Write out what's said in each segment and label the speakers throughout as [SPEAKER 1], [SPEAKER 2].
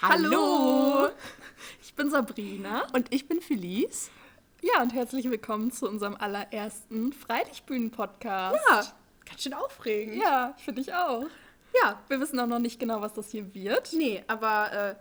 [SPEAKER 1] Hallo. Ich bin Sabrina.
[SPEAKER 2] Und ich bin Felice.
[SPEAKER 1] Ja, und herzlich willkommen zu unserem allerersten Freilichtbühnen-Podcast.
[SPEAKER 2] Ja, ganz schön aufregend.
[SPEAKER 1] Ja, finde ich auch.
[SPEAKER 2] ja.
[SPEAKER 1] Wir wissen auch noch nicht genau, was das hier wird.
[SPEAKER 2] Nee, aber äh,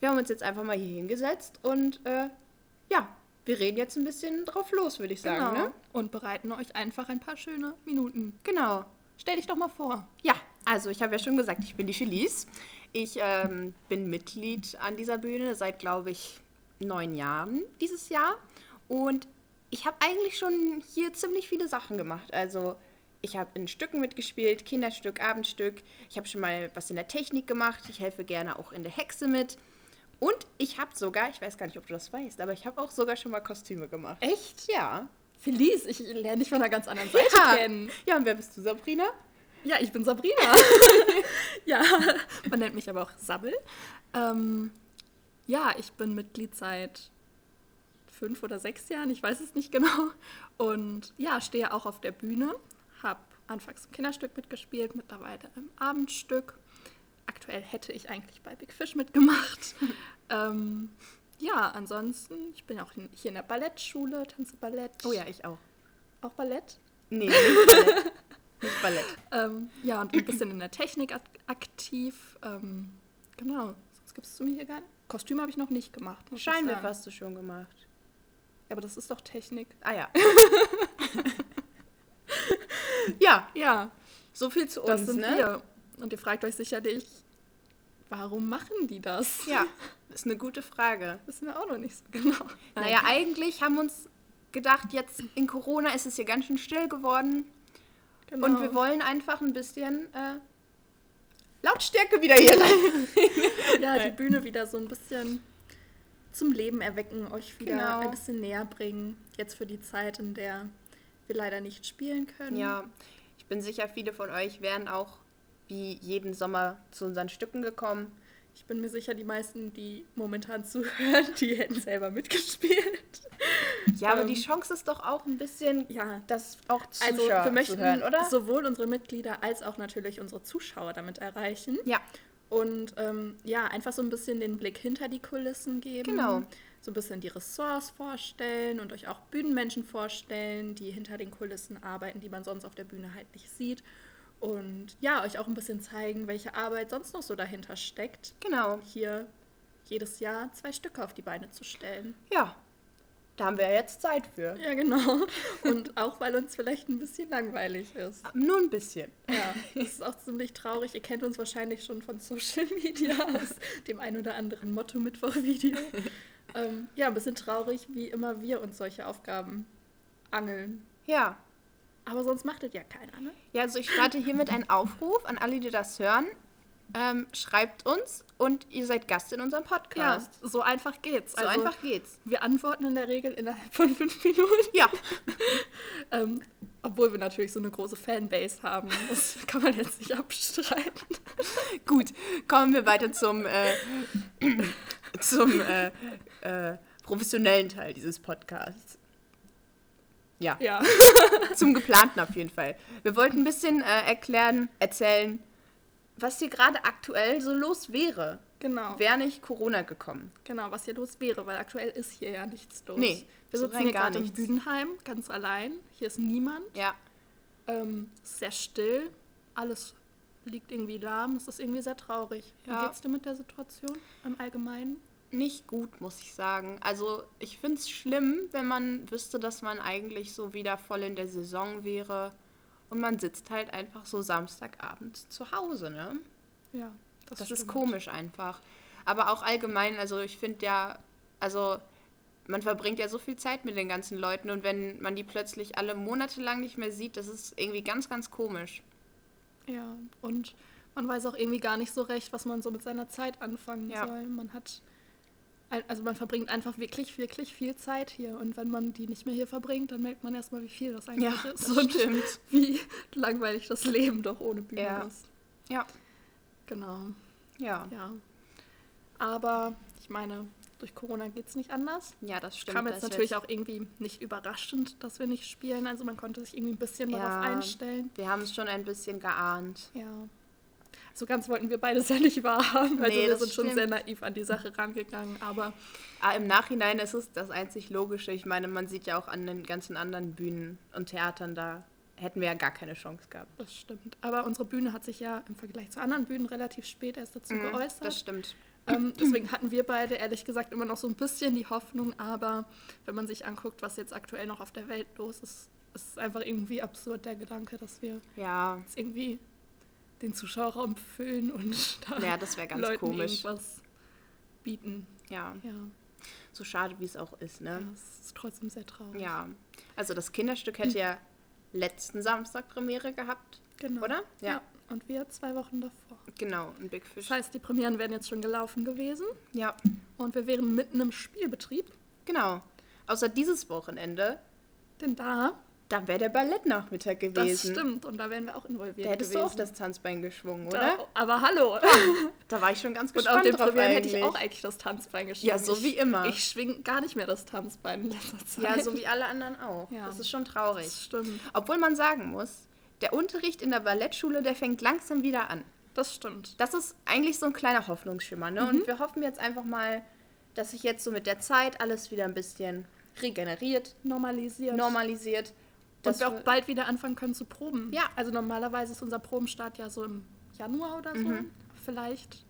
[SPEAKER 2] wir haben uns jetzt einfach mal hier hingesetzt und äh, ja, wir reden jetzt ein bisschen drauf los, würde ich sagen. Ne?
[SPEAKER 1] Und bereiten euch einfach ein paar schöne Minuten.
[SPEAKER 2] Genau.
[SPEAKER 1] Stell dich doch mal vor.
[SPEAKER 2] Ja, also ich habe ja schon gesagt, ich bin die Felice. Ich ähm, bin Mitglied an dieser Bühne seit, glaube ich, neun Jahren dieses Jahr. Und ich habe eigentlich schon hier ziemlich viele Sachen gemacht. Also ich habe in Stücken mitgespielt, Kinderstück, Abendstück. Ich habe schon mal was in der Technik gemacht. Ich helfe gerne auch in der Hexe mit. Und ich habe sogar, ich weiß gar nicht, ob du das weißt, aber ich habe auch sogar schon mal Kostüme gemacht.
[SPEAKER 1] Echt?
[SPEAKER 2] Ja.
[SPEAKER 1] Felice, ich lerne dich von einer ganz anderen Seite kennen.
[SPEAKER 2] ja, und wer bist du, Sabrina?
[SPEAKER 1] Ja, ich bin Sabrina. ja, man nennt mich aber auch Sabbel. Ähm, ja, ich bin Mitglied seit fünf oder sechs Jahren, ich weiß es nicht genau. Und ja, stehe auch auf der Bühne, habe anfangs im Kinderstück mitgespielt, mittlerweile im Abendstück. Aktuell hätte ich eigentlich bei Big Fish mitgemacht. ähm, ja, ansonsten, ich bin auch in- hier in der Ballettschule, tanze Ballett.
[SPEAKER 2] Oh ich auch.
[SPEAKER 1] Auch Ballett.
[SPEAKER 2] Nee, nicht Ballett. nicht Ballett.
[SPEAKER 1] Ähm, ja, und ein bisschen in der Technik ak aktiv. Ähm, genau, sonst gibst du mir hier gar nicht. Kostüm habe ich noch nicht gemacht. muss ich
[SPEAKER 2] Scheinwerfer
[SPEAKER 1] sagen.
[SPEAKER 2] hast du schon gemacht.
[SPEAKER 1] Aber das ist doch Technik.
[SPEAKER 2] Ah ja. ja,
[SPEAKER 1] Ja,
[SPEAKER 2] so viel zu
[SPEAKER 1] das
[SPEAKER 2] uns,
[SPEAKER 1] sind
[SPEAKER 2] ne?
[SPEAKER 1] wir. Und ihr fragt euch sicherlich, warum machen die das?
[SPEAKER 2] Ja, ist eine gute Frage.
[SPEAKER 1] Wissen wir auch noch nicht so genau.
[SPEAKER 2] Naja, eigentlich haben wir uns gedacht, jetzt in Corona ist es hier ganz schön still geworden
[SPEAKER 1] genau.
[SPEAKER 2] und wir wollen einfach ein bisschen äh, Lautstärke wieder hier rein.
[SPEAKER 1] ja die Bühne wieder so ein bisschen zum Leben erwecken, euch wieder
[SPEAKER 2] Genau.
[SPEAKER 1] ein bisschen näher bringen. Jetzt für die Zeit, in der wir leider nicht spielen können.
[SPEAKER 2] Ja, ich bin sicher, viele von euch wären auch wie jeden Sommer zu unseren Stücken gekommen.
[SPEAKER 1] Ich bin mir sicher, die meisten, die momentan zuhören, die hätten selber mitgespielt.
[SPEAKER 2] Ja, aber
[SPEAKER 1] Ähm.
[SPEAKER 2] die Chance ist doch auch ein bisschen,
[SPEAKER 1] Ja.
[SPEAKER 2] dass auch Zuschauer
[SPEAKER 1] Also wir möchten
[SPEAKER 2] zuhören, oder?
[SPEAKER 1] sowohl unsere Mitglieder als auch natürlich unsere Zuschauer damit erreichen.
[SPEAKER 2] Ja,
[SPEAKER 1] Und ähm, ja, einfach so ein bisschen den Blick hinter die Kulissen geben.
[SPEAKER 2] Genau.
[SPEAKER 1] So ein bisschen die Ressorts vorstellen und euch auch Bühnenmenschen vorstellen, die hinter den Kulissen arbeiten, die man sonst auf der Bühne halt nicht sieht. Und ja, euch auch ein bisschen zeigen, welche Arbeit sonst noch so dahinter steckt.
[SPEAKER 2] genau.
[SPEAKER 1] Hier jedes Jahr zwei Stücke auf die Beine zu stellen.
[SPEAKER 2] Ja, da haben wir ja jetzt Zeit für.
[SPEAKER 1] Ja, genau. Und auch weil uns vielleicht ein bisschen langweilig ist.
[SPEAKER 2] Nur ein bisschen.
[SPEAKER 1] Ja, das ist auch ziemlich traurig. Ihr kennt uns wahrscheinlich schon von Social Media aus dem ein oder anderen Motto-Mittwoch-Video. Ähm, ja, ein bisschen traurig, wie immer wir uns solche Aufgaben angeln.
[SPEAKER 2] Ja.
[SPEAKER 1] Aber sonst macht es ja keiner, ne?
[SPEAKER 2] Ja, also ich starte hiermit einen Aufruf an alle, die das hören. Ähm, schreibt uns und ihr seid Gast in unserem Podcast. Also
[SPEAKER 1] so einfach geht's. Also,
[SPEAKER 2] So einfach geht's.
[SPEAKER 1] Wir antworten in der Regel innerhalb von fünf Minuten.
[SPEAKER 2] Ja,
[SPEAKER 1] Ähm, obwohl wir natürlich so eine große Fanbase haben. Das kann man jetzt nicht abstreiten.
[SPEAKER 2] gut. Kommen wir weiter zum, äh, zum äh, äh, professionellen Teil dieses Podcasts. Ja,
[SPEAKER 1] Ja.
[SPEAKER 2] zum geplanten auf jeden Fall. Wir wollten ein bisschen äh, erklären, erzählen, was hier gerade aktuell so los wäre.
[SPEAKER 1] Genau.
[SPEAKER 2] Wäre nicht Corona gekommen.
[SPEAKER 1] Genau, was hier los wäre, weil aktuell ist hier ja nichts los.
[SPEAKER 2] Nee,
[SPEAKER 1] wir
[SPEAKER 2] so
[SPEAKER 1] sitzen
[SPEAKER 2] rein
[SPEAKER 1] hier
[SPEAKER 2] gar
[SPEAKER 1] gerade im
[SPEAKER 2] nichts.
[SPEAKER 1] Bühnenheim, ganz allein. Hier ist niemand.
[SPEAKER 2] Ja,
[SPEAKER 1] Ähm, es ist sehr still. Alles liegt irgendwie lahm. Es ist irgendwie sehr traurig. Wie
[SPEAKER 2] Ja.
[SPEAKER 1] geht's dir mit der Situation im Allgemeinen?
[SPEAKER 2] nicht gut, muss ich sagen. Also ich finde es schlimm, wenn man wüsste, dass man eigentlich so wieder voll in der Saison wäre. Und man sitzt halt einfach so Samstagabend zu Hause, ne?
[SPEAKER 1] Ja,
[SPEAKER 2] Das ist
[SPEAKER 1] stimmt.
[SPEAKER 2] komisch einfach. Aber auch allgemein, also ich finde ja, also man verbringt ja so viel Zeit mit den ganzen Leuten und wenn man die plötzlich alle monatelang nicht mehr sieht, das ist irgendwie ganz, ganz komisch.
[SPEAKER 1] Ja, und man weiß auch irgendwie gar nicht so recht, was man so mit seiner Zeit anfangen
[SPEAKER 2] Ja.
[SPEAKER 1] soll. Man hat, ein- also man verbringt einfach wirklich, wirklich viel Zeit hier. Und wenn man die nicht mehr hier verbringt, dann merkt man erstmal, wie viel das eigentlich ist.
[SPEAKER 2] so
[SPEAKER 1] Und
[SPEAKER 2] stimmt.
[SPEAKER 1] wie langweilig das Leben doch ohne Bühne
[SPEAKER 2] Ja.
[SPEAKER 1] ist.
[SPEAKER 2] Ja.
[SPEAKER 1] Genau,
[SPEAKER 2] Ja.
[SPEAKER 1] ja. Aber ich meine, durch Corona geht es nicht anders.
[SPEAKER 2] Ja, das stimmt.
[SPEAKER 1] Kam jetzt
[SPEAKER 2] das
[SPEAKER 1] natürlich auch irgendwie nicht überraschend, dass wir nicht spielen. Also man konnte sich irgendwie ein bisschen darauf
[SPEAKER 2] Ja.
[SPEAKER 1] einstellen.
[SPEAKER 2] Wir haben es schon ein bisschen geahnt.
[SPEAKER 1] Ja. So ganz wollten wir beides ja nicht wahrhaben. Also
[SPEAKER 2] Nee,
[SPEAKER 1] wir
[SPEAKER 2] das
[SPEAKER 1] sind schon
[SPEAKER 2] stimmt.
[SPEAKER 1] sehr naiv an die Sache rangegangen. Aber
[SPEAKER 2] Ah, Im Nachhinein ist es das einzig Logische. Ich meine, man sieht ja auch an den ganzen anderen Bühnen und Theatern, da hätten wir ja gar keine Chance gehabt.
[SPEAKER 1] das stimmt. Aber unsere Bühne hat sich ja im Vergleich zu anderen Bühnen relativ spät erst dazu geäußert.
[SPEAKER 2] Mhm, Das stimmt.
[SPEAKER 1] Ähm, deswegen hatten wir beide ehrlich gesagt immer noch so ein bisschen die Hoffnung, aber wenn man sich anguckt, was jetzt aktuell noch auf der Welt los ist, ist es einfach irgendwie absurd der Gedanke, dass wir
[SPEAKER 2] Ja,
[SPEAKER 1] jetzt irgendwie den Zuschauerraum füllen und da
[SPEAKER 2] ja das wäre ganz
[SPEAKER 1] Leuten
[SPEAKER 2] komisch.
[SPEAKER 1] irgendwas bieten.
[SPEAKER 2] Ja,
[SPEAKER 1] Ja,
[SPEAKER 2] so schade, wie es auch ist,
[SPEAKER 1] ja,
[SPEAKER 2] ne?
[SPEAKER 1] es ist trotzdem sehr traurig.
[SPEAKER 2] Ja. Also das Kinderstück hätte ja letzten Samstag Premiere gehabt,
[SPEAKER 1] genau.
[SPEAKER 2] oder?
[SPEAKER 1] Ja. und wir zwei Wochen davor.
[SPEAKER 2] Genau, ein Big
[SPEAKER 1] Das
[SPEAKER 2] Fish.
[SPEAKER 1] heißt, die Premieren wären jetzt schon gelaufen gewesen
[SPEAKER 2] Ja,
[SPEAKER 1] und wir wären mitten im Spielbetrieb,
[SPEAKER 2] genau. Außer dieses Wochenende,
[SPEAKER 1] denn da,
[SPEAKER 2] da wäre der Ballettnachmittag
[SPEAKER 1] das
[SPEAKER 2] gewesen.
[SPEAKER 1] stimmt, und da wären wir auch involviert
[SPEAKER 2] Da hättest
[SPEAKER 1] gewesen.
[SPEAKER 2] du auch das Tanzbein geschwungen,
[SPEAKER 1] Da-
[SPEAKER 2] oder?
[SPEAKER 1] aber hallo.
[SPEAKER 2] Da war ich schon ganz
[SPEAKER 1] Und auf
[SPEAKER 2] gespannt
[SPEAKER 1] den
[SPEAKER 2] drauf
[SPEAKER 1] Premieren hätte ich
[SPEAKER 2] eigentlich.
[SPEAKER 1] auch eigentlich das Tanzbein geschwungen.
[SPEAKER 2] Ja, so wie immer.
[SPEAKER 1] Ich, ich schwing gar nicht mehr das Tanzbein in letzter Zeit.
[SPEAKER 2] Ja, so wie alle anderen auch.
[SPEAKER 1] Ja.
[SPEAKER 2] Das ist schon traurig.
[SPEAKER 1] Das stimmt.
[SPEAKER 2] Obwohl man sagen muss, der Unterricht in der Ballettschule, der fängt langsam wieder an.
[SPEAKER 1] Das stimmt.
[SPEAKER 2] Das ist eigentlich so ein kleiner Hoffnungsschimmer. Ne?
[SPEAKER 1] Mhm.
[SPEAKER 2] Und wir hoffen jetzt einfach mal, dass sich jetzt so mit der Zeit alles wieder ein bisschen regeneriert,
[SPEAKER 1] Normalisiert.
[SPEAKER 2] normalisiert.
[SPEAKER 1] dass
[SPEAKER 2] dass
[SPEAKER 1] wir auch bald wieder anfangen können zu proben.
[SPEAKER 2] Ja.
[SPEAKER 1] Also normalerweise ist unser Probenstart ja so im Januar oder so. Vielleicht,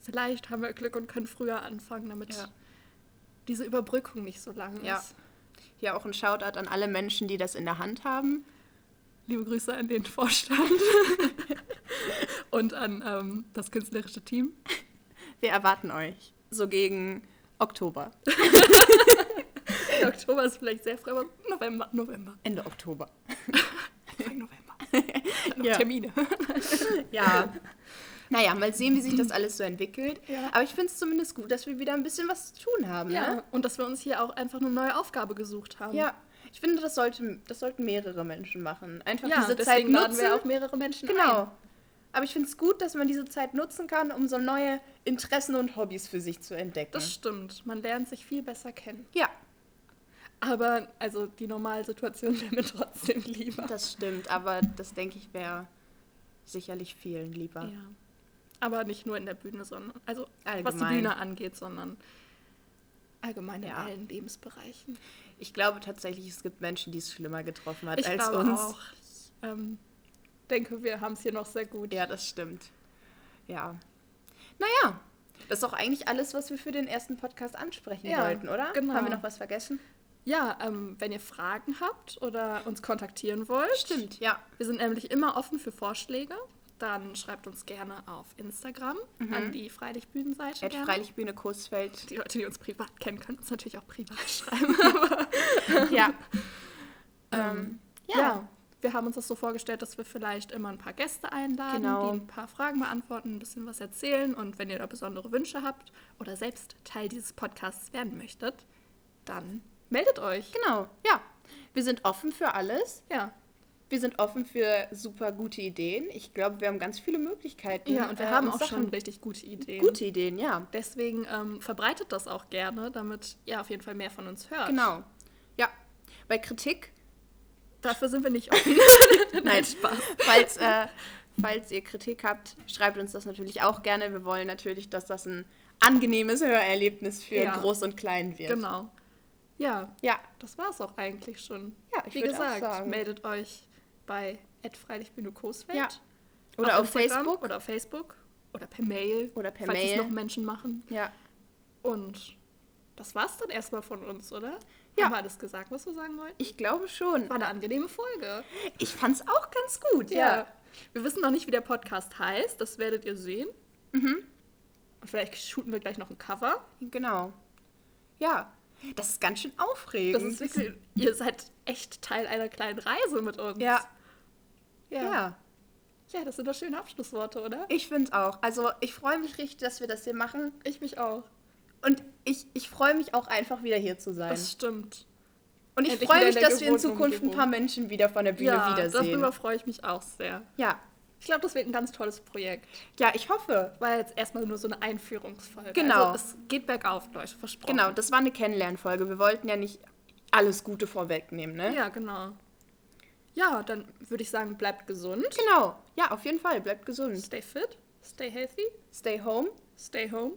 [SPEAKER 1] vielleicht haben wir Glück und können früher anfangen, damit
[SPEAKER 2] Ja.
[SPEAKER 1] diese Überbrückung nicht so lang
[SPEAKER 2] Ja.
[SPEAKER 1] ist.
[SPEAKER 2] Hier auch ein Shoutout an alle Menschen, die das in der Hand haben.
[SPEAKER 1] Liebe Grüße an den Vorstand und an ähm, das künstlerische Team.
[SPEAKER 2] Wir erwarten euch. So gegen Oktober.
[SPEAKER 1] Oktober ist vielleicht sehr früh, aber November, November,
[SPEAKER 2] Ende Oktober.
[SPEAKER 1] Anfang November. Noch
[SPEAKER 2] Ja.
[SPEAKER 1] Termine.
[SPEAKER 2] Ja. naja, mal sehen, wie sich das alles so entwickelt.
[SPEAKER 1] Ja.
[SPEAKER 2] Aber ich finde es zumindest gut, dass wir wieder ein bisschen was zu tun haben. Ne?
[SPEAKER 1] Ja. Und dass wir uns hier auch einfach eine neue Aufgabe gesucht haben.
[SPEAKER 2] ja. Ich finde, das, sollte, das sollten mehrere Menschen machen. Einfach
[SPEAKER 1] Ja,
[SPEAKER 2] diese Zeit
[SPEAKER 1] deswegen laden
[SPEAKER 2] nutzen.
[SPEAKER 1] wir auch mehrere Menschen ein.
[SPEAKER 2] genau. Aber ich finde es gut, dass man diese Zeit nutzen kann, um so neue Interessen und Hobbys für sich zu entdecken.
[SPEAKER 1] Das stimmt. Man lernt sich viel besser kennen.
[SPEAKER 2] ja,
[SPEAKER 1] Aber also die Normalsituation wäre mir trotzdem lieber.
[SPEAKER 2] das stimmt. Aber das, denke ich, wäre sicherlich vielen lieber.
[SPEAKER 1] ja. Aber nicht nur in der Bühne, sondern also was die
[SPEAKER 2] Allgemein.
[SPEAKER 1] Bühne angeht, sondern allgemein in
[SPEAKER 2] Ja.
[SPEAKER 1] allen Lebensbereichen.
[SPEAKER 2] Ich glaube tatsächlich, es gibt Menschen, die es schlimmer getroffen hat
[SPEAKER 1] Ich
[SPEAKER 2] als
[SPEAKER 1] glaube
[SPEAKER 2] uns.
[SPEAKER 1] auch. Ich ähm, denke, wir haben es hier noch sehr gut.
[SPEAKER 2] Ja, das stimmt. Ja. Naja, das ist doch eigentlich alles, was wir für den ersten Podcast ansprechen
[SPEAKER 1] Ja,
[SPEAKER 2] wollten, oder?
[SPEAKER 1] genau.
[SPEAKER 2] Haben wir noch was vergessen?
[SPEAKER 1] Ja, ähm, wenn ihr Fragen habt oder uns kontaktieren wollt,
[SPEAKER 2] Stimmt, ja.
[SPEAKER 1] Wir sind nämlich immer offen für Vorschläge. Dann schreibt uns gerne auf Instagram an die Freilichtbühnenseite.
[SPEAKER 2] Mhm. At
[SPEAKER 1] gerne.
[SPEAKER 2] Freilichtbühne Coesfeld.
[SPEAKER 1] Die Leute, die uns privat kennen, können uns natürlich auch privat schreiben.
[SPEAKER 2] ja.
[SPEAKER 1] Ähm,
[SPEAKER 2] ja.
[SPEAKER 1] Wir haben uns das so vorgestellt, dass wir vielleicht immer ein paar Gäste einladen,
[SPEAKER 2] Genau.
[SPEAKER 1] die ein paar Fragen beantworten, ein bisschen was erzählen. Und wenn ihr da besondere Wünsche habt oder selbst Teil dieses Podcasts werden möchtet, dann meldet euch.
[SPEAKER 2] Genau, ja. Wir sind offen für alles.
[SPEAKER 1] Ja.
[SPEAKER 2] Wir sind offen für super gute Ideen. Ich glaube, wir haben ganz viele Möglichkeiten.
[SPEAKER 1] ja, und wir
[SPEAKER 2] äh,
[SPEAKER 1] haben
[SPEAKER 2] uns
[SPEAKER 1] auch
[SPEAKER 2] Sachen-
[SPEAKER 1] schon richtig gute Ideen.
[SPEAKER 2] gute Ideen, ja.
[SPEAKER 1] Deswegen ähm, verbreitet das auch gerne, damit ihr auf jeden Fall mehr von uns hört.
[SPEAKER 2] Genau. Ja. Bei Kritik
[SPEAKER 1] Dafür sind wir nicht offen.
[SPEAKER 2] Nein, Spaß. Falls, äh, falls ihr Kritik habt, schreibt uns das natürlich auch gerne. Wir wollen natürlich, dass das ein angenehmes Hörerlebnis für
[SPEAKER 1] Ja.
[SPEAKER 2] Groß und Klein wird.
[SPEAKER 1] genau. Ja,
[SPEAKER 2] Ja,
[SPEAKER 1] das war es auch eigentlich schon.
[SPEAKER 2] Ja, ich
[SPEAKER 1] Wie
[SPEAKER 2] würd auch
[SPEAKER 1] gesagt,
[SPEAKER 2] sagen.
[SPEAKER 1] meldet euch bei @freilichbühne-coesfeld
[SPEAKER 2] Ja. oder auf,
[SPEAKER 1] Instagram
[SPEAKER 2] Facebook.
[SPEAKER 1] oder auf Facebook oder per Mail
[SPEAKER 2] Oder per
[SPEAKER 1] falls
[SPEAKER 2] Mail.
[SPEAKER 1] es noch Menschen machen.
[SPEAKER 2] Ja.
[SPEAKER 1] Und das war's dann erstmal von uns, oder?
[SPEAKER 2] Ja.
[SPEAKER 1] Haben wir alles gesagt, was wir sagen wollten?
[SPEAKER 2] Ich glaube schon.
[SPEAKER 1] War eine angenehme Folge.
[SPEAKER 2] Ich fand's auch ganz gut, ja.
[SPEAKER 1] Wir wissen noch nicht, wie der Podcast heißt. Das werdet ihr sehen.
[SPEAKER 2] Mhm.
[SPEAKER 1] Und vielleicht shooten wir gleich noch ein Cover.
[SPEAKER 2] Genau. Ja. Das ist ganz schön aufregend.
[SPEAKER 1] Das ist wirklich, ihr seid echt Teil einer kleinen Reise mit uns.
[SPEAKER 2] Ja.
[SPEAKER 1] Ja, ja.
[SPEAKER 2] Ja.
[SPEAKER 1] das sind doch schöne Abschlussworte, oder?
[SPEAKER 2] Ich find's auch. Also ich freue mich richtig, dass wir das hier machen.
[SPEAKER 1] Ich mich auch.
[SPEAKER 2] Und ich, ich freue mich auch einfach wieder hier zu sein.
[SPEAKER 1] Das stimmt.
[SPEAKER 2] Und ich
[SPEAKER 1] Endlich
[SPEAKER 2] freue
[SPEAKER 1] wieder
[SPEAKER 2] mich,
[SPEAKER 1] in der
[SPEAKER 2] dass wir in
[SPEAKER 1] gewohnten
[SPEAKER 2] Zukunft ein
[SPEAKER 1] Umgebung.
[SPEAKER 2] paar Menschen wieder von der Bühne
[SPEAKER 1] ja, darüber
[SPEAKER 2] wiedersehen.
[SPEAKER 1] freue ich mich auch sehr.
[SPEAKER 2] Ja.
[SPEAKER 1] Ich glaube, das wird ein ganz tolles Projekt.
[SPEAKER 2] Ja, ich hoffe.
[SPEAKER 1] War jetzt erstmal nur so eine Einführungsfolge.
[SPEAKER 2] Genau.
[SPEAKER 1] Also, es geht bergauf, Leute, versprochen.
[SPEAKER 2] Genau, das war eine Kennenlernfolge. Wir wollten ja nicht alles Gute vorwegnehmen, ne?
[SPEAKER 1] Ja, genau. Ja, dann würde ich sagen, bleibt gesund.
[SPEAKER 2] Genau. Ja, auf jeden Fall. Bleibt gesund.
[SPEAKER 1] Stay fit, stay healthy,
[SPEAKER 2] Stay home.
[SPEAKER 1] stay home.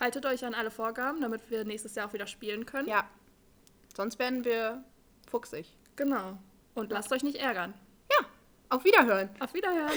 [SPEAKER 1] Haltet euch an alle Vorgaben, damit wir nächstes Jahr auch wieder spielen können.
[SPEAKER 2] Ja. Sonst werden wir fuchsig.
[SPEAKER 1] Genau. Und lasst euch nicht ärgern.
[SPEAKER 2] Ja. Auf Wiederhören.
[SPEAKER 1] Auf Wiederhören.